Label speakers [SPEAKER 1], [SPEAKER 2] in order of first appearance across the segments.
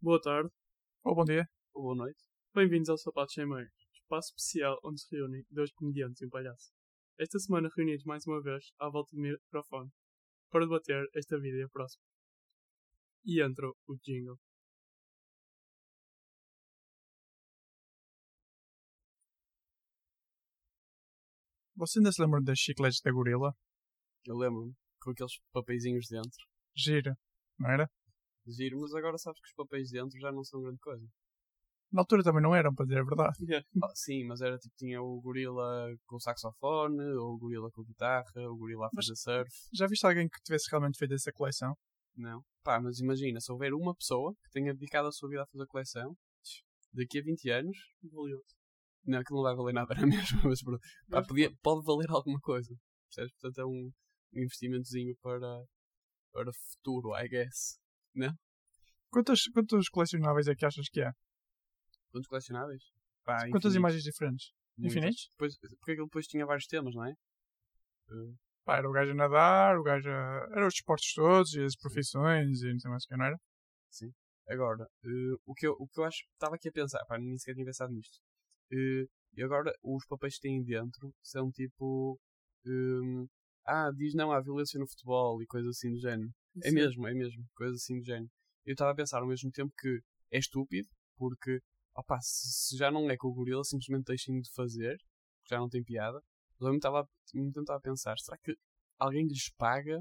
[SPEAKER 1] Boa tarde
[SPEAKER 2] Ou bom dia.
[SPEAKER 1] ou boa noite. Bem-vindos ao Sapatos Sem Meios, espaço especial onde se reúnem dois comediantes e um palhaço. Esta semana reunidos mais uma vez à volta do microfone para debater esta vida e a próxima. E entra o jingle.
[SPEAKER 2] Você ainda se lembra das chicletes da gorila?
[SPEAKER 1] Eu lembro-me, com aqueles papeizinhos dentro.
[SPEAKER 2] Gira, não era?
[SPEAKER 1] Giro, mas agora sabes que os papéis dentro já não são grande coisa.
[SPEAKER 2] Hum. Na altura também não eram, para dizer a verdade.
[SPEAKER 1] sim, mas era tipo, tinha o gorila com saxofone, ou o gorila com guitarra, o gorila a
[SPEAKER 2] Mas-
[SPEAKER 1] fazer surf.
[SPEAKER 2] Já viste alguém que tivesse realmente feito essa coleção?
[SPEAKER 1] Não. Pá, mas imagina, se houver uma pessoa que tenha dedicado a sua vida a fazer coleção, daqui a 20 anos. Valioso. Não, aquilo não vai valer nada, não é mesmo? Mas pronto. Pá,
[SPEAKER 2] Mas
[SPEAKER 1] podia- pode valer alguma coisa. Percebes? Portanto, é um um investimentozinho para, para o futuro, I guess.
[SPEAKER 2] Quantas, quantos colecionáveis é que achas que há?
[SPEAKER 1] Quantos colecionáveis? Pá,
[SPEAKER 2] Quantas
[SPEAKER 1] infinitos,
[SPEAKER 2] imagens diferentes?
[SPEAKER 1] muitas.
[SPEAKER 2] Infinitos?
[SPEAKER 1] Depois, porque aquilo depois tinha vários temas, não é? Eh,
[SPEAKER 2] Pá, era o gajo a nadar, o gajo a... Era os esportes todos, e as profissões, e não sei mais o que, não era?
[SPEAKER 1] Agora, eh, o, que eu, o que eu acho. Estava aqui a pensar, pá, nem sequer tinha pensado nisto. Eh, e agora, os papéis que têm dentro são tipo. hum, ah, diz não à violência no futebol e coisa assim do género. É mesmo, é mesmo, coisa assim do género. Eu estava a pensar ao mesmo tempo que é estúpido, porque, opá, se, se já não é com o gorila, simplesmente deixem de fazer, porque já não tem piada. Mas eu estava a pensar, será que alguém lhes paga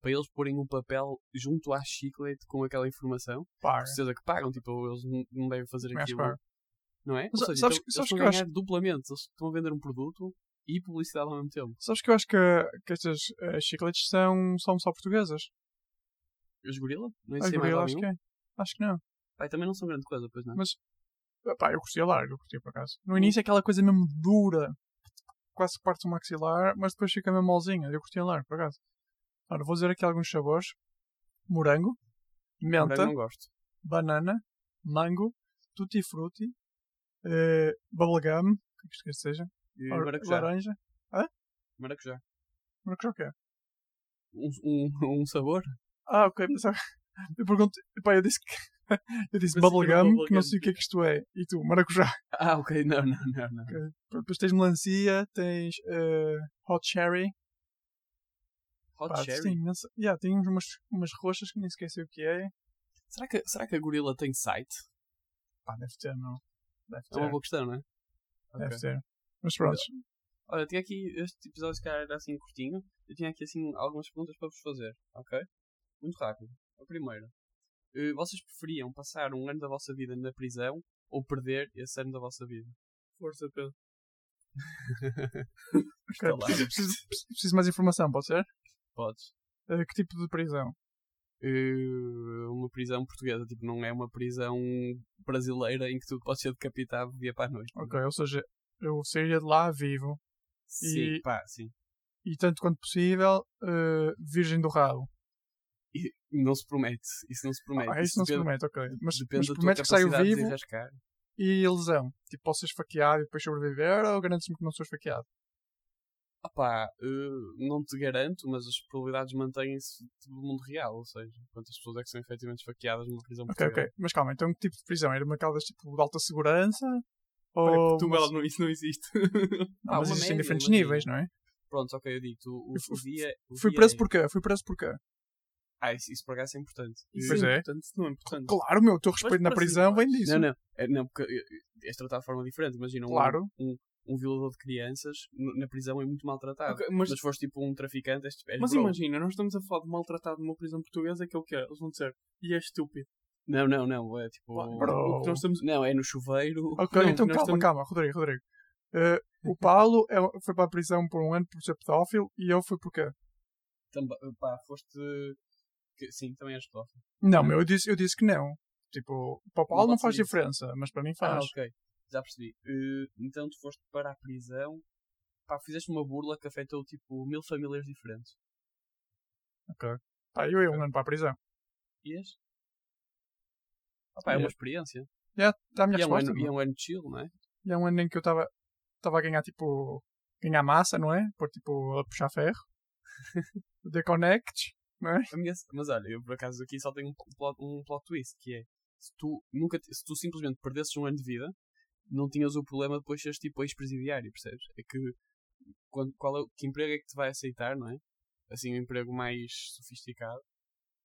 [SPEAKER 1] para eles porem um papel junto à chiclete com aquela informação?
[SPEAKER 2] Pá,
[SPEAKER 1] com certeza que pagam, tipo, eles n- não devem fazer
[SPEAKER 2] Também acho
[SPEAKER 1] aquilo.
[SPEAKER 2] que pagam.
[SPEAKER 1] Não é? Ou
[SPEAKER 2] Mas
[SPEAKER 1] seja,
[SPEAKER 2] sabes-
[SPEAKER 1] então,
[SPEAKER 2] sabes
[SPEAKER 1] eles
[SPEAKER 2] que
[SPEAKER 1] estão
[SPEAKER 2] eu
[SPEAKER 1] a
[SPEAKER 2] acho-
[SPEAKER 1] ganhar duplamente, eles estão a vender um produto e publicidade ao mesmo tempo.
[SPEAKER 2] sabes que eu acho que, que estas eh, chicletes são, são só portuguesas?
[SPEAKER 1] Os gorila? Não
[SPEAKER 2] As
[SPEAKER 1] existem mais
[SPEAKER 2] gorila,
[SPEAKER 1] lá
[SPEAKER 2] acho que
[SPEAKER 1] nenhum?
[SPEAKER 2] é. Acho que não.
[SPEAKER 1] Pai, também não são grande coisa, pois não?
[SPEAKER 2] Mas, pá, eu curtia largo, eu curtia por acaso.
[SPEAKER 1] Hum.
[SPEAKER 2] No início é aquela coisa mesmo dura, quase que parte o maxilar, mas depois fica mesmo molzinha. Eu curtia largo, por acaso. Ora, vou dizer aqui alguns sabores: morango,
[SPEAKER 1] Agora eu
[SPEAKER 2] menta,
[SPEAKER 1] não gosto.
[SPEAKER 2] banana, mango, tutti-frutti, eh, bubblegum, o que é que isto quer que seja,
[SPEAKER 1] E
[SPEAKER 2] Or-
[SPEAKER 1] maracujá.
[SPEAKER 2] laranja.
[SPEAKER 1] Maracujá.
[SPEAKER 2] Maracujá o que é?
[SPEAKER 1] Um, um, um sabor?
[SPEAKER 2] Ah, ok, pensava. Eu pergunto, pá, eu disse que. Eu
[SPEAKER 1] Pensei que
[SPEAKER 2] disse
[SPEAKER 1] era
[SPEAKER 2] bubblegum, que
[SPEAKER 1] bubblegum.
[SPEAKER 2] não sei o que é que isto é. E tu, maracujá.
[SPEAKER 1] Ah, ok, não, não, não. não.
[SPEAKER 2] Depois tens melancia, tens eh, hot cherry,
[SPEAKER 1] Hot
[SPEAKER 2] Pá,
[SPEAKER 1] cherry?
[SPEAKER 2] Tem, imensa... yeah, tem umas, umas roxas que nem sequer sei o que é.
[SPEAKER 1] Será que, será que a gorila tem site?
[SPEAKER 2] Pá, deve ter, não. Deve
[SPEAKER 1] É uma
[SPEAKER 2] ter.
[SPEAKER 1] boa questão, não é?
[SPEAKER 2] Deve
[SPEAKER 1] Ok.
[SPEAKER 2] ter. Mas pronto.
[SPEAKER 1] Olha, tinha aqui este episódio, se calhar era assim curtinho. Eu tinha aqui assim algumas perguntas para vos fazer, ok? Muito rápido. A primeira. Eh, Vocês preferiam passar um ano da vossa vida na prisão ou perder esse ano da vossa vida? Força, Pedro. lá.
[SPEAKER 2] ok, preciso, preciso- preciso- preciso de mais informação, pode ser?
[SPEAKER 1] Podes.
[SPEAKER 2] Eh, que tipo de prisão?
[SPEAKER 1] Eh, uma prisão portuguesa, tipo, não é uma prisão brasileira em que tu podes ser decapitado de dia para a noite.
[SPEAKER 2] Ok, ou seja, eu sairia de lá vivo
[SPEAKER 1] Sim,
[SPEAKER 2] E-
[SPEAKER 1] pá, sim.
[SPEAKER 2] e, tanto quanto possível, eh, virgem do rabo.
[SPEAKER 1] E não se promete. É, Isso não se promete.
[SPEAKER 2] Ah, isso não se
[SPEAKER 1] depende-
[SPEAKER 2] promete, ok. Mas,
[SPEAKER 1] Depende
[SPEAKER 2] mas
[SPEAKER 1] da tua
[SPEAKER 2] promete que saio
[SPEAKER 1] capacidade de
[SPEAKER 2] vivo
[SPEAKER 1] desenrascar.
[SPEAKER 2] e lesão. Tipo, posso ser esfaqueado e depois sobreviver ou garantes-me que não sou esfaqueado?
[SPEAKER 1] Opá, Ah, eh, não te garanto, mas as probabilidades mantêm-se do mundo real, ou seja, quantas pessoas é que são efetivamente esfaqueadas numa prisão
[SPEAKER 2] Ok,
[SPEAKER 1] portuguesa.
[SPEAKER 2] ok. Mas calma, então que tipo de prisão? Era uma daquelas tipo de alta segurança? Ou. uma-
[SPEAKER 1] não, isso não existe.
[SPEAKER 2] Não, mas existem diferentes níveis, não é?
[SPEAKER 1] Pronto, ok, eu digo, tu, o,
[SPEAKER 2] Eu fu-
[SPEAKER 1] o dia... o
[SPEAKER 2] Fui
[SPEAKER 1] dia
[SPEAKER 2] preso
[SPEAKER 1] é-
[SPEAKER 2] porquê? Fui preso porquê?
[SPEAKER 1] Ah, isso, isso por acaso é importante.
[SPEAKER 2] Pois é.
[SPEAKER 1] importante, não é importante.
[SPEAKER 2] Claro, meu, o teu respeito na
[SPEAKER 1] para si,
[SPEAKER 2] prisão vem disso.
[SPEAKER 1] Não, não, é, não, porque eh, és tratado de forma diferente, imagina, um-
[SPEAKER 2] Claro.
[SPEAKER 1] um, um, violador de crianças no- na prisão é muito maltratado.
[SPEAKER 3] Ok, mas
[SPEAKER 1] Mas se fores tipo um traficante, és, és
[SPEAKER 3] mas
[SPEAKER 1] bro.
[SPEAKER 3] imagina, nós estamos a falar de maltratado numa prisão portuguesa, que é o que é? Eles vão dizer, e é estúpido.
[SPEAKER 1] Não, não, não, é tipo...
[SPEAKER 2] Bro.
[SPEAKER 3] O que nós estamos.
[SPEAKER 1] Não, é no chuveiro...
[SPEAKER 2] Ok,
[SPEAKER 3] não,
[SPEAKER 2] então
[SPEAKER 3] nós
[SPEAKER 2] calma,
[SPEAKER 3] estamos-
[SPEAKER 2] calma, Rodrigo, Rodrigo. Eh, o Paulo é- foi para a prisão por um ano por ser pedófilo e eu fui porquê?
[SPEAKER 1] Também, eh, pá, foste. que- sim, também és pedófilo.
[SPEAKER 2] Não, meu, eu disse, eu disse que não. Tipo, para o Paulo não,
[SPEAKER 1] pode
[SPEAKER 2] faz
[SPEAKER 1] ser isso.
[SPEAKER 2] diferença, mas para mim
[SPEAKER 1] Ah,
[SPEAKER 2] faz.
[SPEAKER 1] ok. Já percebi. Eh, então tu foste para a prisão. Pá, fizeste uma burla que afetou tipo mil famílias diferentes.
[SPEAKER 2] Pá, eu ia um ano para a prisão.
[SPEAKER 1] Ias? Ah, pá, é uma experiência.
[SPEAKER 2] Já dá a minha
[SPEAKER 1] E é, um
[SPEAKER 2] resposta.
[SPEAKER 1] ano, e é
[SPEAKER 2] meu.
[SPEAKER 1] um ano chill, não é?
[SPEAKER 2] E é um ano em que eu estava estava a ganhar, tipo, ganhar massa, não é? Por, tipo, a puxar ferro. Deconnect.
[SPEAKER 1] A minha- mas olha, eu por acaso aqui só tenho um plot, um plot twist que é. se tu, nunca, te- se tu simplesmente perdesses um ano de vida, não tinhas o problema de depois seres tipo ex-presidiário, percebes? É que, quando, qual é, o- que emprego é que te vai aceitar, não é? Assim, um emprego mais sofisticado,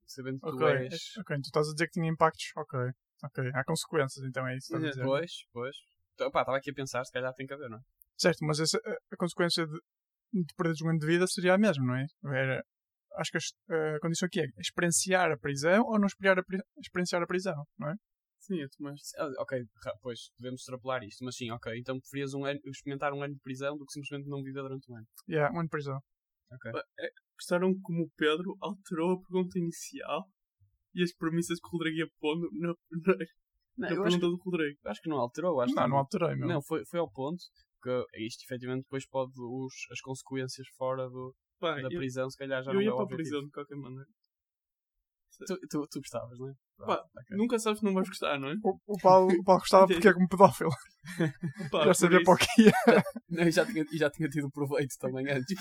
[SPEAKER 1] sabendo que tu
[SPEAKER 2] Ok,
[SPEAKER 1] és...
[SPEAKER 2] ok, tu estás a dizer que tinha impactos? Ok, ok, há consequências, então é isso que estás a dizer.
[SPEAKER 1] Pois, pois. Então, pá, estava aqui a pensar, se calhar tem que haver, não é?
[SPEAKER 2] Certo, mas essa, a, a consequência de, de perderes um ano de vida seria a mesma, não é? Era, acho que a, es- a condição aqui é experienciar a prisão ou não experienciar a, pri- experienciar a prisão, não é?
[SPEAKER 3] Sim, é tu, mas.
[SPEAKER 1] Ah, Ok, ra- pois, devemos extrapolar isto, mas sim, ok. Então preferias um ano, experimentar um ano de prisão do que simplesmente não viver durante um ano.
[SPEAKER 2] Yeah, um ano de prisão.
[SPEAKER 1] Ok.
[SPEAKER 3] Gostaram como o Pedro alterou a pergunta inicial e as premissas que o Rodrigo ia pondo na, na,
[SPEAKER 1] Não,
[SPEAKER 3] na
[SPEAKER 1] eu, acho
[SPEAKER 3] pergunta
[SPEAKER 1] que,
[SPEAKER 3] do Rodrigo.
[SPEAKER 1] eu acho que não alterou, acho
[SPEAKER 2] não,
[SPEAKER 1] que
[SPEAKER 2] não alterei, meu.
[SPEAKER 1] Não, foi, foi ao ponto que isto efetivamente depois pode os, as consequências fora do,
[SPEAKER 3] Pá,
[SPEAKER 1] da
[SPEAKER 3] eu,
[SPEAKER 1] prisão, se calhar já
[SPEAKER 3] eu
[SPEAKER 1] não é
[SPEAKER 3] ia
[SPEAKER 1] o
[SPEAKER 3] para a
[SPEAKER 1] objetivo.
[SPEAKER 3] prisão de qualquer maneira.
[SPEAKER 1] Tu, tu, tu gostavas, não é?
[SPEAKER 3] Pá, Nunca sabes se não vais gostar, não é?
[SPEAKER 2] O, o Paulo, o Paulo gostava porque é como pedófilo.
[SPEAKER 3] Pá,
[SPEAKER 2] Já
[SPEAKER 3] por
[SPEAKER 2] sabia
[SPEAKER 3] isso-
[SPEAKER 2] para o que ia.
[SPEAKER 1] Não, e já tinha, e já tinha tido proveito também antes.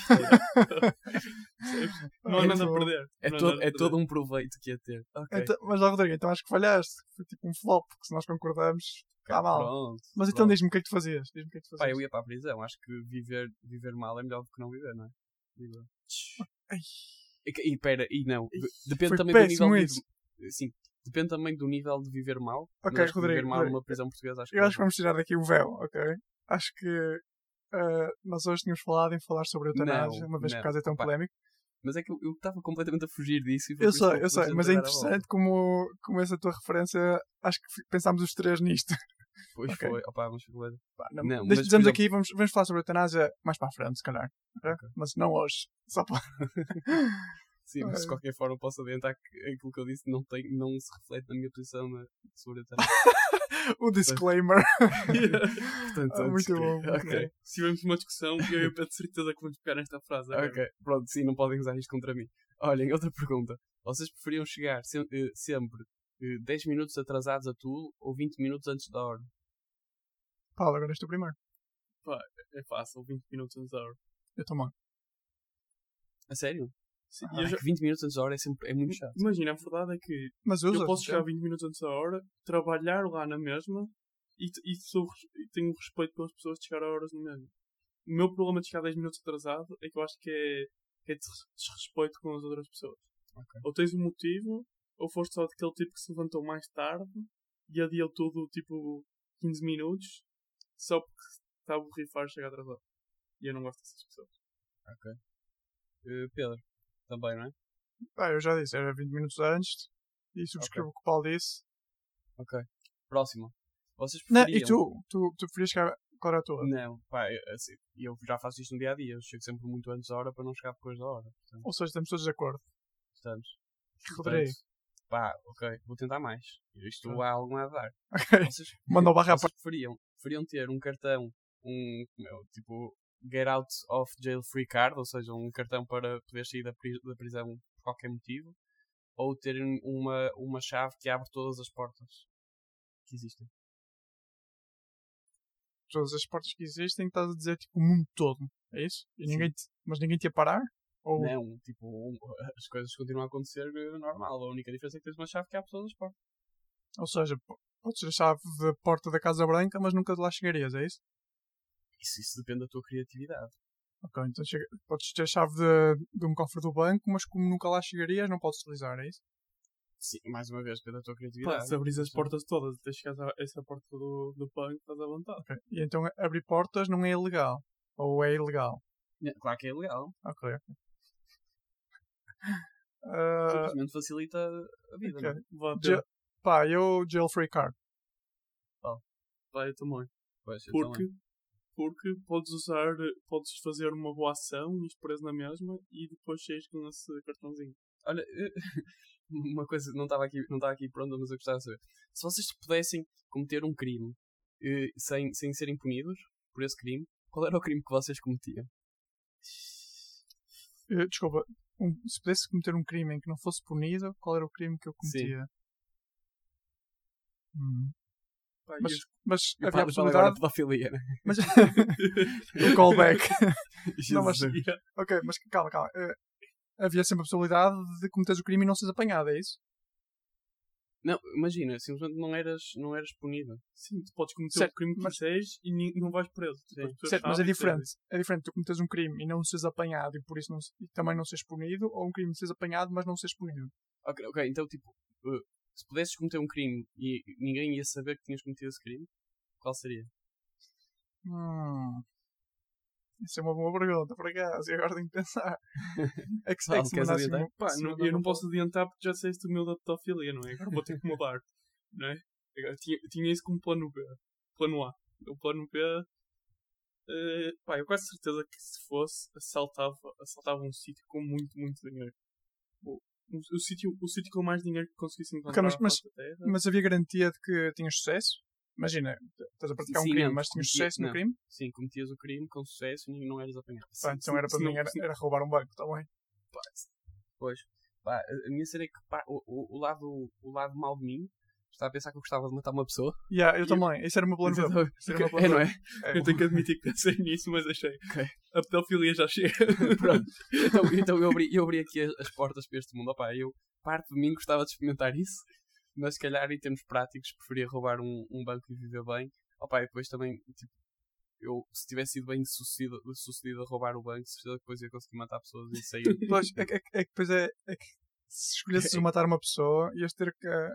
[SPEAKER 3] Não há
[SPEAKER 2] Ai,
[SPEAKER 3] nada a
[SPEAKER 2] bom.
[SPEAKER 3] perder.
[SPEAKER 1] É,
[SPEAKER 3] Não há
[SPEAKER 1] todo,
[SPEAKER 3] nada a
[SPEAKER 1] é
[SPEAKER 3] perder.
[SPEAKER 1] todo um proveito que ia ter. Ok.
[SPEAKER 2] Então- mas, ó, Rodrigo, então acho que falhaste. Foi tipo um flop, que se nós concordamos, está tá mal.
[SPEAKER 1] Pronto,
[SPEAKER 2] Mas então
[SPEAKER 1] pronto.
[SPEAKER 2] diz-me o que é que tu fazias. Diz-me o que é que tu
[SPEAKER 1] Pá,
[SPEAKER 2] fazias.
[SPEAKER 1] eu ia para a prisão. Acho que viver, viver mal é melhor do que não viver, não é? Digo eu.
[SPEAKER 2] Ai,
[SPEAKER 1] E, que- e pera, e não.
[SPEAKER 3] Ih,
[SPEAKER 1] Depende
[SPEAKER 2] foi
[SPEAKER 1] também do
[SPEAKER 2] péssimo
[SPEAKER 1] nível
[SPEAKER 2] isso.
[SPEAKER 1] de. Sim, depende também do nível de viver mal.
[SPEAKER 2] Ok,
[SPEAKER 1] Mas acho que
[SPEAKER 2] Rodrigo,
[SPEAKER 1] Viver mal
[SPEAKER 2] Rodrigo.
[SPEAKER 1] numa prisão portuguesa, acho que.
[SPEAKER 2] eu acho que
[SPEAKER 1] não.
[SPEAKER 2] vamos tirar daqui o véu, ok? Acho que ah, nós hoje tínhamos falado em falar sobre a eutanásia,
[SPEAKER 1] Não,
[SPEAKER 2] uma vez que
[SPEAKER 1] não,
[SPEAKER 2] o caso é tão
[SPEAKER 1] pá.
[SPEAKER 2] polémico.
[SPEAKER 1] Mas é que eu eu estava completamente a fugir disso. E foi por
[SPEAKER 2] Eu
[SPEAKER 1] isso
[SPEAKER 2] sei,
[SPEAKER 1] que
[SPEAKER 2] eu sei,
[SPEAKER 1] comecei a
[SPEAKER 2] mas é
[SPEAKER 1] dar a volta.
[SPEAKER 2] interessante como, como essa tua referência, acho que fi- pensámos os três nisto.
[SPEAKER 1] Pois
[SPEAKER 2] Ok.
[SPEAKER 1] foi, opá, mas foi.
[SPEAKER 2] Pá,
[SPEAKER 1] Não, mas,
[SPEAKER 2] Deixa-
[SPEAKER 1] por
[SPEAKER 2] Dizemos
[SPEAKER 1] exemplo-
[SPEAKER 2] aqui, vamos, vamos falar sobre a eutanásia mais para a frente, se calhar. ok? Mas não hoje. Só para...
[SPEAKER 1] Sim, mas de
[SPEAKER 2] Ah.
[SPEAKER 1] qualquer forma posso adiantar que aquilo que eu disse não, tem, não se reflete na minha posição na, sobre a eutanásia.
[SPEAKER 2] o disclaimer.
[SPEAKER 1] Portanto,
[SPEAKER 2] Ah,
[SPEAKER 1] antes
[SPEAKER 2] muito
[SPEAKER 1] que-
[SPEAKER 2] bom, muito
[SPEAKER 1] Ok.
[SPEAKER 2] bom.
[SPEAKER 3] Se tivermos uma discussão, eu e o Pedro de certeza que vamos pegar nesta frase. agora.
[SPEAKER 1] Ok, pronto, sim, não podem usar isto contra mim. Olhem, outra pergunta. Vocês preferiam chegar sem- eh, sempre eh, 10 minutos atrasados a tudo ou 20 minutos antes da hora?
[SPEAKER 2] Paulo, agora és tu primeiro.
[SPEAKER 3] É fácil, 20 minutos antes da hora.
[SPEAKER 2] Eu também.
[SPEAKER 1] A sério?
[SPEAKER 3] Sim,
[SPEAKER 2] Ah,
[SPEAKER 3] e eu
[SPEAKER 1] É
[SPEAKER 3] já-
[SPEAKER 1] que 20 minutos antes da hora é, sempre, é muito chato.
[SPEAKER 3] Imagina, a verdade é que
[SPEAKER 2] Mas usas,
[SPEAKER 3] eu posso chegar
[SPEAKER 2] então?
[SPEAKER 3] 20 minutos antes da hora, trabalhar lá na mesma e, t- e sou res- e tenho respeito pelas pessoas de chegar a horas no mesmo. O meu problema de chegar 10 minutos atrasado é que eu acho que é, que é des- desrespeito com as outras pessoas.
[SPEAKER 1] Ok.
[SPEAKER 3] Ou tens um motivo, ou foste só daquele tipo que se levantou mais tarde e adiou tudo tipo 15 minutos só porque está a borrifar e chegar atrasado. E eu não gosto dessas pessoas.
[SPEAKER 1] Eh, Pedro, também, não é?
[SPEAKER 2] Ah, eu já disse, era 20 minutos antes. E subscrevo o que o Paulo disse.
[SPEAKER 1] Ok. Próxima. Vocês
[SPEAKER 2] Não,
[SPEAKER 1] preferiam...
[SPEAKER 2] e tu? Hum. Tu, tu preferias chegar. Qual era a tua?
[SPEAKER 1] Não, pá, eu, assim, eu já faço isto no dia a dia. Eu chego sempre muito antes da hora para não chegar depois da hora. Portanto,
[SPEAKER 2] Ou seja, estamos todos de acordo.
[SPEAKER 1] portanto,
[SPEAKER 2] Rodrigo.
[SPEAKER 1] portanto, pá, ok, vou tentar mais. Isto há algum a dar.
[SPEAKER 2] Ok.
[SPEAKER 1] Vocês
[SPEAKER 2] Manda o barra à
[SPEAKER 1] Vocês preferiam, preferiam ter um cartão, um como é o- tipo get out of jail free card, ou seja, um cartão para poder sair da, pri- da prisão por qualquer motivo, ou terem uma, uma chave que abre todas as portas que existem.
[SPEAKER 2] todas as portas que existem, estás a dizer tipo o mundo todo. É isso? E ninguém te- Mas ninguém te ia parar? Ou...
[SPEAKER 1] Não, tipo, um- as coisas continuam a acontecer eh, normal. A única diferença é que tens uma chave que abre todas as portas.
[SPEAKER 2] Ou seja, po- podes ter a chave da porta da Casa Branca, mas nunca lá chegarias, é isso?
[SPEAKER 1] Isso, isso depende da tua criatividade.
[SPEAKER 2] Ok, então chega... podes ter a chave de... de um cofre do banco, mas como nunca lá chegarias, não podes utilizar, é isso?
[SPEAKER 1] Sim, mais uma vez, depende da tua
[SPEAKER 3] Pá,
[SPEAKER 1] criatividade.
[SPEAKER 3] se abris as portas todas e chegas a essa porta do, do banco, estás à vontade.
[SPEAKER 2] Ok. E então abrir portas não é ilegal. Ou é ilegal.
[SPEAKER 1] Né, Claro que é legal.
[SPEAKER 2] Ok. ok. Ah,
[SPEAKER 1] Simplesmente facilita a vida.
[SPEAKER 2] ok.
[SPEAKER 1] não é?
[SPEAKER 3] Vá
[SPEAKER 2] Ja-
[SPEAKER 3] ter,
[SPEAKER 2] Pá, eu jail free card.
[SPEAKER 3] vai eu também.
[SPEAKER 1] Pois, então, eu também.
[SPEAKER 3] Porque, porque podes usar, podes fazer uma boa ação e és preso na mesma e depois chegas com esse cartãozinho.
[SPEAKER 1] Olha, eh, uma coisa, não estava aqui, não estava aqui pronta, mas eu gostava de saber. Se vocês pudessem cometer um crime eh, sem, sem serem punidos por esse crime, qual era o crime que vocês cometiam?
[SPEAKER 2] Eh, Desculpa, um- se pudesse cometer um crime em que não fosse punido, qual era o crime que eu
[SPEAKER 1] Sim.
[SPEAKER 2] cometia? Hum.
[SPEAKER 3] Pá,
[SPEAKER 2] Mas,
[SPEAKER 3] e eu-
[SPEAKER 2] mas
[SPEAKER 1] Eu
[SPEAKER 2] havia a
[SPEAKER 1] falo- falo agora
[SPEAKER 2] possibilidade.
[SPEAKER 1] de Um pedofilia, né?
[SPEAKER 2] Mas... o callback. Não, mas-
[SPEAKER 1] Jesus.
[SPEAKER 2] ok, mas calma, calma. Eh, havia sempre a possibilidade de cometeres o crime e não seres apanhado, é isso?
[SPEAKER 1] Não, imagina, simplesmente não eras, não eras punida.
[SPEAKER 3] Sim, tu podes cometer
[SPEAKER 2] Certo,
[SPEAKER 3] o crime que
[SPEAKER 2] mas-
[SPEAKER 3] quiseres e ni- não vais preso. Tipo, as pessoas
[SPEAKER 2] Certo, mas é
[SPEAKER 3] sabem que
[SPEAKER 2] diferente. É diferente tu cometeres um crime e não seres apanhado e por isso não, se- e também não seres punido, ou um crime de seres apanhado, mas não seres punido.
[SPEAKER 1] Ok, ok, então tipo, uh, se pudesses cometer um crime e ninguém ia saber que tinhas cometido esse crime, qual seria?
[SPEAKER 2] Hum. Isso é uma boa pergunta, por acaso, e agora tenho que pensar. É que se é
[SPEAKER 1] Paulo,
[SPEAKER 2] que se
[SPEAKER 1] queres
[SPEAKER 2] mandasse
[SPEAKER 1] adiantar?
[SPEAKER 2] uma-
[SPEAKER 3] Pá,
[SPEAKER 2] se
[SPEAKER 3] não-
[SPEAKER 2] mandasse
[SPEAKER 3] eu não
[SPEAKER 2] uma-
[SPEAKER 3] posso adiantar porque já disseste o meu da pedofilia, não é? Agora vou ter que mudar, não é? Agora tinha, tinha isso como plano B. Plano A. O plano B. eh, pá, eu quase certeza que se fosse, assaltava, assaltava um sítio com muito, muito dinheiro. O, o, o sítio, o sítio com mais dinheiro que conseguisse encontrar
[SPEAKER 2] mas-
[SPEAKER 3] à
[SPEAKER 2] mas-
[SPEAKER 3] face da Terra.
[SPEAKER 2] Mas havia garantia de que tinhas sucesso? Imagina, estás a praticar
[SPEAKER 1] Sim,
[SPEAKER 2] um crime,
[SPEAKER 1] não,
[SPEAKER 2] mas tinhas
[SPEAKER 1] porque-
[SPEAKER 2] sucesso no
[SPEAKER 1] não.
[SPEAKER 2] crime?
[SPEAKER 1] Sim, cometias o crime com sucesso e não eras apanhado.
[SPEAKER 2] Pá, então era para
[SPEAKER 3] se não-
[SPEAKER 2] mim, era,
[SPEAKER 3] se-
[SPEAKER 2] era roubar um banco, está bem?
[SPEAKER 1] Pois, pá, a a minha cena é que pá, o, o, o lado, o lado mal de mim está a pensar que eu gostava de matar uma pessoa.
[SPEAKER 2] Yeah, eu
[SPEAKER 3] E-
[SPEAKER 2] também, isso era uma plano B. Isso era uma plano
[SPEAKER 1] É, não é?
[SPEAKER 2] É.
[SPEAKER 3] Eu tenho que admitir que pensei nisso, mas achei.
[SPEAKER 1] Ok.
[SPEAKER 3] A pedofilia já chega.
[SPEAKER 1] Pronto. Então, então eu, abri, eu abri aqui as, as portas para este mundo. Opá, eu, parte de mim, gostava de experimentar isso, mas se calhar, em termos práticos, preferia roubar um, um banco e viver bem. Opá, e depois também, tipo, eu, se tivesse sido bem sucedido, sucedido a roubar o banco, se depois ia conseguir matar pessoas e sair.
[SPEAKER 2] Pois, é, que- é, que- é que depois é, é que se escolhesses matar uma pessoa, ias ter que. eh,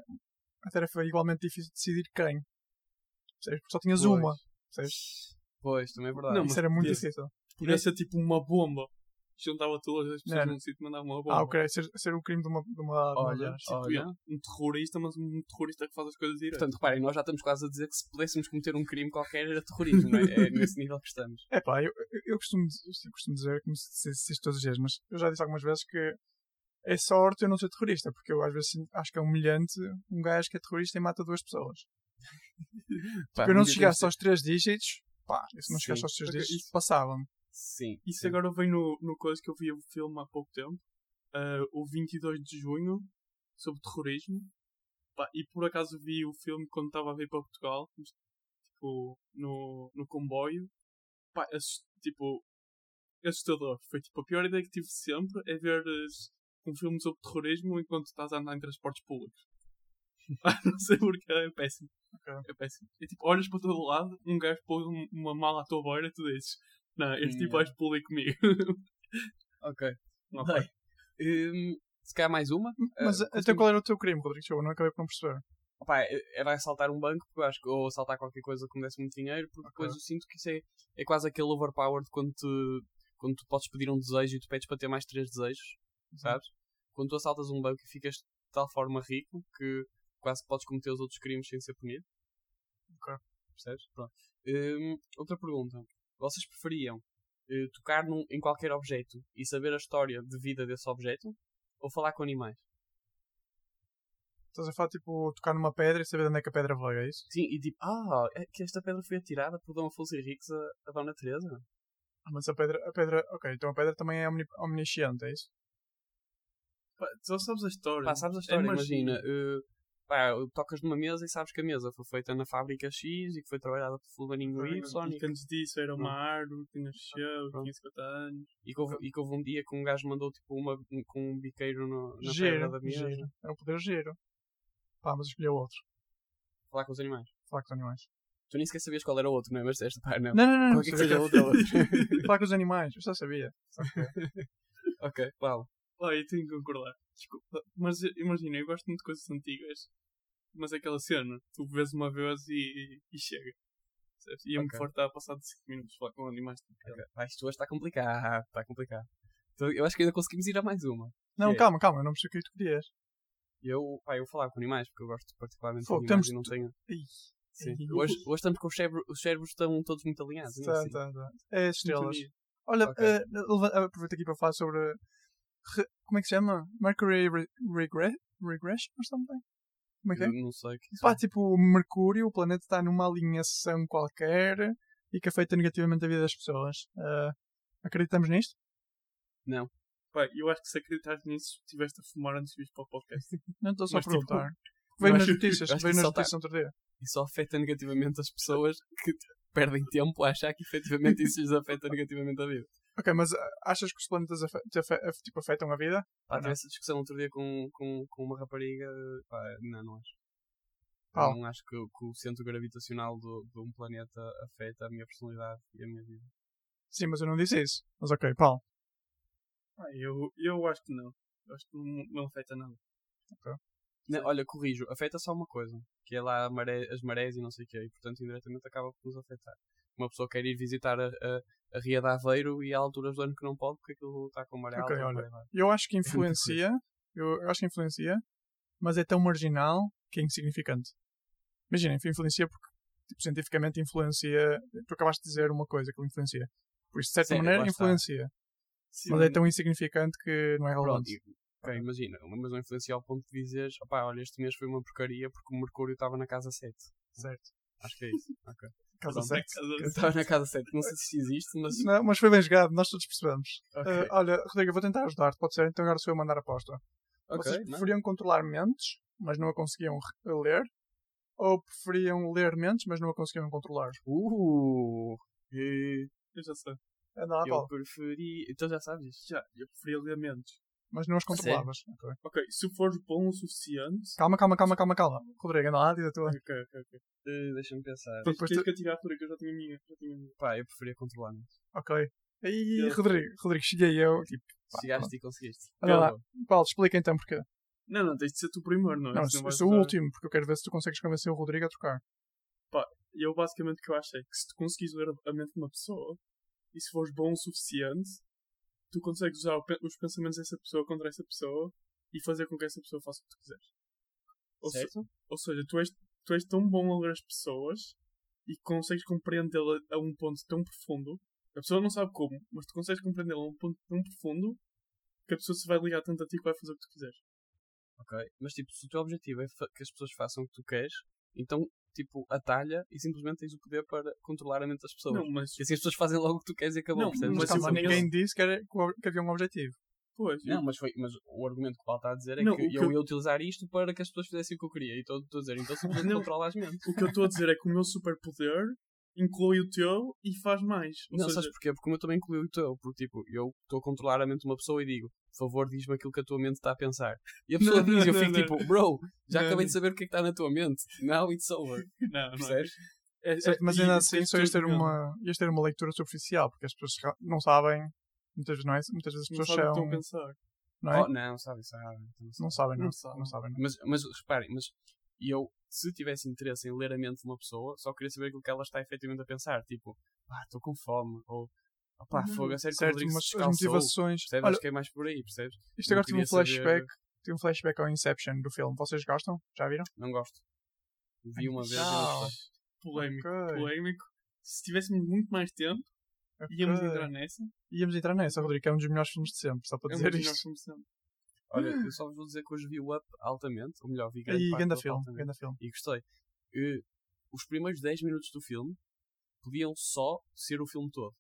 [SPEAKER 2] A tarefa é igualmente difícil de decidir quem. Percebes? Porque só tinhas
[SPEAKER 1] Pois.
[SPEAKER 2] uma. Percebes?
[SPEAKER 1] Pois, também é verdade.
[SPEAKER 3] Não, mas
[SPEAKER 2] Isso era muito
[SPEAKER 3] podia-
[SPEAKER 2] difícil.
[SPEAKER 3] Podia ser tipo uma bomba. Juntava todas as pessoas
[SPEAKER 2] Não.
[SPEAKER 3] num sítio e mandava uma bomba.
[SPEAKER 2] Ah, ok. Ser, ser o crime de uma. De uma, de uma
[SPEAKER 1] Olha,
[SPEAKER 2] mulher.
[SPEAKER 3] Tipo,
[SPEAKER 1] olha.
[SPEAKER 3] yeah, um terrorista, mas um terrorista que faz as coisas direito.
[SPEAKER 1] Portanto, reparem, nós já estamos quase a dizer que se pudéssemos cometer um crime qualquer era terrorismo, não é? É nesse nível que estamos.
[SPEAKER 2] É pá, eu, eu- eu costumo, eu costumo dizer, como se dissesse isto todos os dias, mas eu já disse algumas vezes que é sorte eu não ser terrorista, porque eu às vezes sinto- acho que é humilhante um gajo que é terrorista e mata duas pessoas.
[SPEAKER 1] Pá,
[SPEAKER 2] Porque eu não
[SPEAKER 1] um dia temos
[SPEAKER 2] chegasse aos três dígitos, pá, eu se não
[SPEAKER 1] Sim.
[SPEAKER 2] chegasse aos três
[SPEAKER 3] Porque
[SPEAKER 2] dígitos,
[SPEAKER 3] isso-
[SPEAKER 2] passava-me.
[SPEAKER 1] de- Sim.
[SPEAKER 3] Isso
[SPEAKER 1] sim.
[SPEAKER 3] agora vem no, no coisa que eu vi o filme há pouco tempo, ah, o 22 de junho, sobre terrorismo. Pá, e por acaso vi o filme quando estava a vir para Portugal, mas, tipo, no, no comboio. Pá, assus- tipo, assustador. Foi tipo a pior ideia que tive sempre é ver um filme sobre terrorismo enquanto estás a andar em transportes públicos. Pá, não sei porque é péssimo.
[SPEAKER 2] Ok.
[SPEAKER 3] É péssimo. É tipo, olhas para todo lado, um gajo pôs um- uma mala à tua beira e tu dizes, não, este tipo vais pular comigo.
[SPEAKER 1] Ok.
[SPEAKER 3] Não,
[SPEAKER 1] Bem, hum, se calhar mais uma.
[SPEAKER 2] Mas
[SPEAKER 1] Ah,
[SPEAKER 2] até
[SPEAKER 1] costumo-
[SPEAKER 2] qual era o teu crime, Rodrigo? Desculpa, eu não acabei por não perceber.
[SPEAKER 1] Opá, era assaltar um banco, porque eu acho que, ou assaltar qualquer coisa que me desse muito dinheiro, porque depois eu sinto que isso é, é quase aquele overpowered quando, te, quando tu podes pedir um desejo e tu pedes para ter mais três desejos, sabes? Quando tu assaltas um banco e ficas de tal forma rico que quase podes cometer os outros crimes sem ser punido.
[SPEAKER 2] Ok.
[SPEAKER 1] Percebes? Pronto. Hum, outra pergunta. Vocês preferiam eh, tocar num- em qualquer objeto e saber a história de vida desse objeto ou falar com animais?
[SPEAKER 2] Estás a falar, tipo, tocar numa pedra e saber de onde é que a pedra veio, é isso?
[SPEAKER 1] Sim, e tipo, ah, é que esta pedra foi atirada por Dom Afonso Henriques a, a Dona Teresa.
[SPEAKER 2] Ah, Mas a pedra, a pedra, ok, então a pedra também é omni- omnisciente, é isso?
[SPEAKER 3] Pá, só sabes a história.
[SPEAKER 1] Pá, sabes a história,
[SPEAKER 3] Imagina.
[SPEAKER 1] imagina. eh, pá, tocas numa mesa e sabes que a mesa foi feita na fábrica X e que foi trabalhada por fulaninho
[SPEAKER 3] E
[SPEAKER 1] Y e
[SPEAKER 3] que antes disso era uma
[SPEAKER 1] Não.
[SPEAKER 3] árvore, tinha chão,
[SPEAKER 1] Pronto.
[SPEAKER 3] tinha 50 anos.
[SPEAKER 1] e que, houve, e que houve um dia que um gajo mandou tipo uma, um- com um biqueiro no- na pedra
[SPEAKER 2] Giro,
[SPEAKER 1] da mesa.
[SPEAKER 2] giro. É um poder giro. Pá, mas escolhi o outro.
[SPEAKER 1] Falar com os animais.
[SPEAKER 2] Falar com os animais.
[SPEAKER 1] Tu nem sequer sabias qual era o outro, não é? Mas esta pá, não.
[SPEAKER 2] Não, não, não. não
[SPEAKER 1] Qualquer que
[SPEAKER 2] sabia
[SPEAKER 1] seja
[SPEAKER 2] que-
[SPEAKER 1] outro, é outro.
[SPEAKER 2] Falar com os animais, eu já sabia.
[SPEAKER 1] ok, Paulo.
[SPEAKER 3] Pá, eu tenho que concordar. Desculpa. Mas eh, imagina, eu gosto muito de coisas antigas. Mas é aquela cena, tu vês uma vez e, e chega. Sabes? Ia-me
[SPEAKER 1] Ok.
[SPEAKER 3] fartar a passar de 5 minutos falar com animais.
[SPEAKER 1] Ok. Pá, isto hoje está complicado, está complicado. Então, eu acho que ainda conseguimos ir a mais uma.
[SPEAKER 2] Não,
[SPEAKER 1] É.
[SPEAKER 2] calma, calma, eu não percebi o que tu querias.
[SPEAKER 1] Eu, pá, eu falava com animais, porque eu gosto particularmente
[SPEAKER 2] Fogo,
[SPEAKER 1] de animais
[SPEAKER 2] temos
[SPEAKER 1] e não
[SPEAKER 2] tu-
[SPEAKER 1] tenho...
[SPEAKER 2] Ih,
[SPEAKER 1] Sim.
[SPEAKER 2] Ih.
[SPEAKER 1] Hoje, hoje estamos com os cérebros, os cérebros estão todos muito alinhados. não é
[SPEAKER 2] tá,
[SPEAKER 1] assim?
[SPEAKER 2] tá, tá. É as estrelas.
[SPEAKER 3] Sintonia.
[SPEAKER 2] Olha,
[SPEAKER 1] Ok.
[SPEAKER 2] eh, leva- aproveito aqui para falar sobre. re- como é que se chama? Mercury re regre- Regression or something? Como é que é?
[SPEAKER 1] Eu Não sei o que isso
[SPEAKER 2] Pá, tipo, Mercúrio, o planeta está numa alinhação qualquer e que afeta negativamente a vida das pessoas. Eh, acreditamos nisto?
[SPEAKER 3] Pá, eu acho que se acreditares nisso, estiveste a fumar antes de vir para o podcast.
[SPEAKER 2] Não estou só
[SPEAKER 3] Mas,
[SPEAKER 2] a
[SPEAKER 3] tipo,
[SPEAKER 2] perguntar. veio nas
[SPEAKER 3] acho-
[SPEAKER 2] notícias,
[SPEAKER 1] acho que
[SPEAKER 2] veio nas
[SPEAKER 1] só tá-
[SPEAKER 2] notícias no outro dia.
[SPEAKER 1] é. Isso afeta negativamente as pessoas que t- perdem tempo a achar que efetivamente isso lhes afeta negativamente a vida.
[SPEAKER 2] Ok, mas ah, achas que os planetas afe- te afe- af- tipo, afetam a vida?
[SPEAKER 1] Pá,
[SPEAKER 2] Ou
[SPEAKER 1] tive
[SPEAKER 2] não?
[SPEAKER 1] essa discussão outro dia com, com, com uma rapariga. Pá, não, não acho.
[SPEAKER 2] Qual?
[SPEAKER 1] Não acho que, que o centro gravitacional do, de um planeta afeta a minha personalidade e a minha vida.
[SPEAKER 2] Sim, mas eu não disse isso. Mas ok, Paulo.
[SPEAKER 3] Ah, eu, eu acho que não. Eu acho que não, não afeta nada.
[SPEAKER 1] Não,
[SPEAKER 3] Sim.
[SPEAKER 1] olha, corrijo, afeta só uma coisa, que é lá a maré- as marés e não sei o quê, e portanto indiretamente acaba por nos afetar. Uma pessoa quer ir visitar a, a, a Ria de Aveiro e há alturas do ano que não pode porque aquilo está com maré
[SPEAKER 2] Ok,
[SPEAKER 1] alta.
[SPEAKER 2] olha.
[SPEAKER 1] maré baixa.
[SPEAKER 2] Eu acho que
[SPEAKER 1] muita coisa.
[SPEAKER 2] influencia. Eu, eu acho que influencia, mas é tão marginal que é insignificante. Imaginem, influencia porque tipo, cientificamente influencia. Tu acabaste de dizer uma coisa que ele influencia. Por isso, de certa
[SPEAKER 1] Sim,
[SPEAKER 2] maneira,
[SPEAKER 1] lá está.
[SPEAKER 2] influencia.
[SPEAKER 3] Sim,
[SPEAKER 2] Mas é tão insignificante que não é
[SPEAKER 1] Pronto,
[SPEAKER 2] relevante.
[SPEAKER 1] e- ok, imagina, mas não influencia ao ponto de dizeres, opá, olha, este mês foi uma porcaria porque o Mercúrio estava na casa 7.
[SPEAKER 2] Certo.
[SPEAKER 1] Acho que é isso. ok.
[SPEAKER 2] Casa
[SPEAKER 1] Pronto.
[SPEAKER 2] certa.
[SPEAKER 1] Estava na casa 7, não sei se existe, mas. eh,
[SPEAKER 2] Não, mas foi bem jogado, nós todos percebemos.
[SPEAKER 1] Ok,
[SPEAKER 2] Ah, olha, Rodrigo, eu vou tentar ajudar-te, pode ser? Então agora sou eu a mandar a aposta.
[SPEAKER 1] ok,
[SPEAKER 2] Vocês
[SPEAKER 1] não?
[SPEAKER 2] preferiam controlar mentes, mas não a conseguiam re- ler? Ou preferiam ler mentes, mas não a conseguiam controlar?
[SPEAKER 1] Uh, eh,
[SPEAKER 3] Eu já sei.
[SPEAKER 2] Anda lá,
[SPEAKER 1] eu
[SPEAKER 2] Paulo.
[SPEAKER 1] preferi. Então já sabes isto.
[SPEAKER 3] Já, eu preferia ler menos.
[SPEAKER 2] Mas não as
[SPEAKER 1] Sério?
[SPEAKER 2] controlavas. Ok.
[SPEAKER 3] Ok, se for bom o suficiente.
[SPEAKER 2] Calma, calma, calma, calma, calma. Rodrigo, anda lá, diz a tua.
[SPEAKER 3] Ok, ok, ok.
[SPEAKER 1] Eh, Deixa-me pensar.
[SPEAKER 2] Depois
[SPEAKER 3] Depois
[SPEAKER 2] tu-
[SPEAKER 3] tens que atirar por aí, que eu já tinha a minha. Já tinha a minha.
[SPEAKER 1] Pá, eu preferia né? controlar-me.
[SPEAKER 2] Ok. E
[SPEAKER 3] Eu-
[SPEAKER 2] Rodrigo, Rodrigo, cheguei eu. Tipo, pá,
[SPEAKER 1] Chegaste e conseguiste.
[SPEAKER 2] Olha lá.
[SPEAKER 1] Eu-
[SPEAKER 2] Paulo, explica então porquê.
[SPEAKER 3] Não, não, tens de ser tu primeiro, não é?
[SPEAKER 2] Não,
[SPEAKER 3] Senão
[SPEAKER 2] eu
[SPEAKER 3] vais
[SPEAKER 2] sou o
[SPEAKER 3] usar-
[SPEAKER 2] último, porque eu quero ver se tu consegues convencer o Rodrigo a trocar.
[SPEAKER 3] E eu basicamente o que eu acho é que se tu conseguires ler a mente de uma pessoa e se fores bom o suficiente, tu consegues usar o pe- os pensamentos dessa pessoa contra essa pessoa e fazer com que essa pessoa faça o que tu quiseres. Ou, se-
[SPEAKER 1] Certo?
[SPEAKER 3] ou seja, tu és, tu és tão bom a ler as pessoas e consegues compreendê-la a um ponto tão profundo. A pessoa não sabe como, mas tu consegues compreendê-la a um ponto tão profundo que a pessoa se vai ligar tanto a ti que vai fazer o que tu quiseres.
[SPEAKER 1] Ok. Mas tipo, se o teu objetivo é fa- que as pessoas façam o que tu queres, então tipo, atalha e simplesmente tens o poder para controlar a mente das pessoas.
[SPEAKER 3] Não, mas.
[SPEAKER 1] E assim as pessoas fazem logo o que tu queres e acabou.
[SPEAKER 3] Não,
[SPEAKER 1] percebes? assim,
[SPEAKER 2] Mas
[SPEAKER 3] Mas
[SPEAKER 2] calma,
[SPEAKER 3] eu-
[SPEAKER 2] ninguém disse que, era, que o- que havia um objetivo.
[SPEAKER 3] Pois, eu-
[SPEAKER 1] Não, mas, foi, mas o argumento que o Paulo está a dizer é
[SPEAKER 3] Não,
[SPEAKER 1] que
[SPEAKER 3] o
[SPEAKER 1] eu
[SPEAKER 3] que eu-
[SPEAKER 1] ia utilizar isto para que as pessoas fizessem o que eu queria. E estou estou a dizer, então simplesmente
[SPEAKER 3] Não.
[SPEAKER 1] controla as mentes.
[SPEAKER 3] O que eu estou a dizer é que o meu superpoder inclui o teu e faz mais. Ou
[SPEAKER 1] Não,
[SPEAKER 3] seja,
[SPEAKER 1] sabes porquê? Porque o meu também incluiu o teu. Porque, tipo, eu estou a controlar a mente de uma pessoa e digo, por favor, diz-me aquilo que a tua mente está a pensar. E a pessoa
[SPEAKER 3] Não, não,
[SPEAKER 1] diz, e eu
[SPEAKER 3] não,
[SPEAKER 1] fico
[SPEAKER 3] não.
[SPEAKER 1] tipo, bro, já
[SPEAKER 3] Não, não.
[SPEAKER 1] acabei de saber o que é que está na tua mente. Now it's over.
[SPEAKER 3] não, não.
[SPEAKER 1] Percebes?
[SPEAKER 3] É- é-
[SPEAKER 2] Certo, mas
[SPEAKER 3] e
[SPEAKER 2] ainda
[SPEAKER 3] isso
[SPEAKER 2] assim
[SPEAKER 3] tens
[SPEAKER 2] só ias
[SPEAKER 3] tudo
[SPEAKER 2] ter,
[SPEAKER 3] mesmo.
[SPEAKER 2] uma, ias ter uma leitura superficial, porque as pessoas ra- não sabem, muitas vezes, não é, muitas vezes as
[SPEAKER 3] Não
[SPEAKER 2] pessoas
[SPEAKER 3] sabe o que estão
[SPEAKER 2] são.
[SPEAKER 3] a pensar.
[SPEAKER 2] Não, é?
[SPEAKER 1] Oh, não, sabe, sabe. então sabe.
[SPEAKER 2] não sabem, não.
[SPEAKER 3] não
[SPEAKER 2] Não sabem,
[SPEAKER 3] sabem.
[SPEAKER 2] não. sabem, não.
[SPEAKER 1] Mas, mas reparem, mas eu, se tivesse interesse em ler a mente de uma pessoa, só queria saber aquilo que ela está efetivamente a pensar. Tipo, ah, estou com fome. Ou, ah, pá,
[SPEAKER 3] Não,
[SPEAKER 1] fogo, a sério que o
[SPEAKER 2] Certo,
[SPEAKER 1] Rodrigo se
[SPEAKER 2] mas as
[SPEAKER 1] descalçou.
[SPEAKER 2] motivações.
[SPEAKER 1] Percebes?
[SPEAKER 2] Olha,
[SPEAKER 1] Acho que é mais por aí, percebes?
[SPEAKER 2] isto
[SPEAKER 1] não
[SPEAKER 2] agora tive um
[SPEAKER 1] queria saber-
[SPEAKER 2] flashback. Tive um flashback ao Inception do filme. Vocês gostam? Já viram?
[SPEAKER 1] Não gosto. Vi uma vez. e
[SPEAKER 2] Não.
[SPEAKER 1] não gostei.
[SPEAKER 3] Polémico,
[SPEAKER 2] Ok.
[SPEAKER 3] polémico. Se tivéssemos muito mais tempo, íamos
[SPEAKER 2] Ok.
[SPEAKER 3] entrar nessa.
[SPEAKER 2] Íamos entrar nessa, Rodrigo. É um dos melhores filmes de sempre, só para
[SPEAKER 3] É
[SPEAKER 2] dizer
[SPEAKER 3] muito melhor
[SPEAKER 2] isto.
[SPEAKER 3] começando.
[SPEAKER 1] Olha, eu só vos vou dizer que hoje vi o Up altamente, ou melhor, vi grande
[SPEAKER 2] E
[SPEAKER 1] parte
[SPEAKER 2] ganda
[SPEAKER 1] do Up
[SPEAKER 2] filme,
[SPEAKER 1] altamente,
[SPEAKER 2] ganda filme.
[SPEAKER 1] e gostei. E os primeiros 10 minutos do filme podiam só ser o filme todo,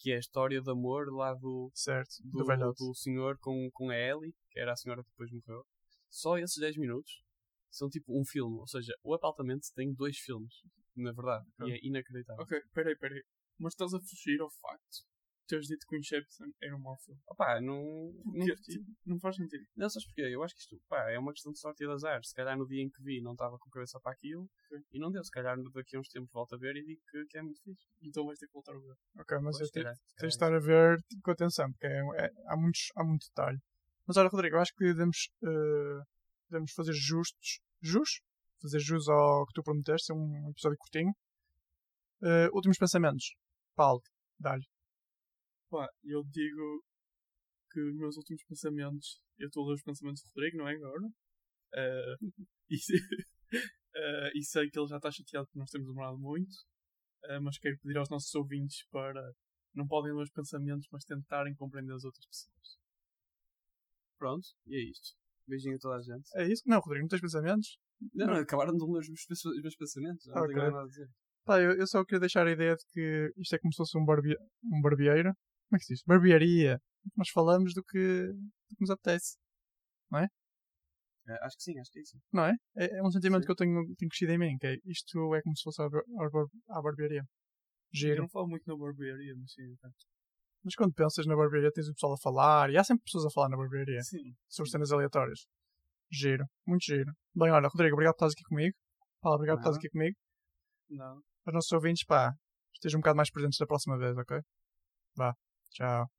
[SPEAKER 1] que é a história de amor lá do,
[SPEAKER 2] Certo, do,
[SPEAKER 1] do,
[SPEAKER 2] velhote.
[SPEAKER 1] do senhor com, com a Ellie, que era a senhora que depois morreu. Só esses 10 minutos são tipo um filme, ou seja, o Up altamente tem dois filmes, na verdade, e é inacreditável.
[SPEAKER 3] Ok, peraí, peraí. Mas estás a fugir ao facto de teres dito que o Inception era um mau filme.
[SPEAKER 1] Opá, não, não,
[SPEAKER 3] Porque, tipo, não faz sentido.
[SPEAKER 1] Não, sabes porquê? Eu acho que isto pá, é uma questão de sorte e de azar. Se calhar no dia em que vi não estava com a cabeça para aquilo
[SPEAKER 3] Sim.
[SPEAKER 1] e não deu. Se calhar daqui a uns tempos volto a ver e digo que, que é muito fixe.
[SPEAKER 3] Então vais ter que voltar a ver.
[SPEAKER 2] Ok, mas
[SPEAKER 1] Pois,
[SPEAKER 2] eu
[SPEAKER 1] se
[SPEAKER 2] te-
[SPEAKER 3] é,
[SPEAKER 1] calhar, se
[SPEAKER 2] tens de
[SPEAKER 1] calhar
[SPEAKER 2] estar a ver tipo, com atenção, porque é, é- há, muitos, há muito detalhe. Mas olha, Rodrigo, eu acho que devemos, eh, devemos fazer justos. Jus? Fazer jus ao que tu prometeste, é um episódio curtinho. Eh, últimos pensamentos. Paulo, dá-lhe.
[SPEAKER 3] Pá, eu digo que os meus últimos pensamentos. Eu estou a ler os pensamentos do Rodrigo, não é? Agora. Ah, e, ah, e sei que ele já está chateado porque nós temos demorado muito. ah, mas quero pedir aos nossos ouvintes para. Não podem ler os pensamentos, mas tentarem compreender as outras pessoas.
[SPEAKER 1] Pronto, e é isto. Beijinho a toda a gente.
[SPEAKER 2] É isso? Não, Rodrigo, não tens pensamentos?
[SPEAKER 1] Não, não, acabaram de ler os meus, pens- os meus pensamentos. Eu Não
[SPEAKER 2] Ah, Ok.
[SPEAKER 1] tenho mais nada a dizer.
[SPEAKER 2] Pá, eu, eu só queria deixar a ideia de que isto é como se fosse um, barbe... um barbeiro. Como é que se diz? Barbearia. Nós falamos do que, do que nos apetece,
[SPEAKER 1] Eh, acho que sim, acho que é isso.
[SPEAKER 2] não é? É, é um sentimento
[SPEAKER 1] Sim.
[SPEAKER 2] que eu tenho, tenho crescido em mim, que é isto é como se fosse a, bar... a bar- à barbearia.
[SPEAKER 3] Eu
[SPEAKER 2] Giro.
[SPEAKER 3] não falo muito na barbearia, mas sim. tá.
[SPEAKER 2] Mas quando pensas na barbearia, tens o pessoal a falar, e há sempre pessoas a falar na barbearia,
[SPEAKER 3] Sim.
[SPEAKER 2] sobre cenas aleatórias. Giro, muito giro. Bem, olha, Rodrigo, obrigado por estás aqui comigo. Paulo, obrigado por estás
[SPEAKER 1] Nada.
[SPEAKER 2] aqui comigo.
[SPEAKER 3] Não.
[SPEAKER 2] Para os nossos ouvintes, pá, estejam um bocado mais presentes da próxima vez, ok? Vá, tchau.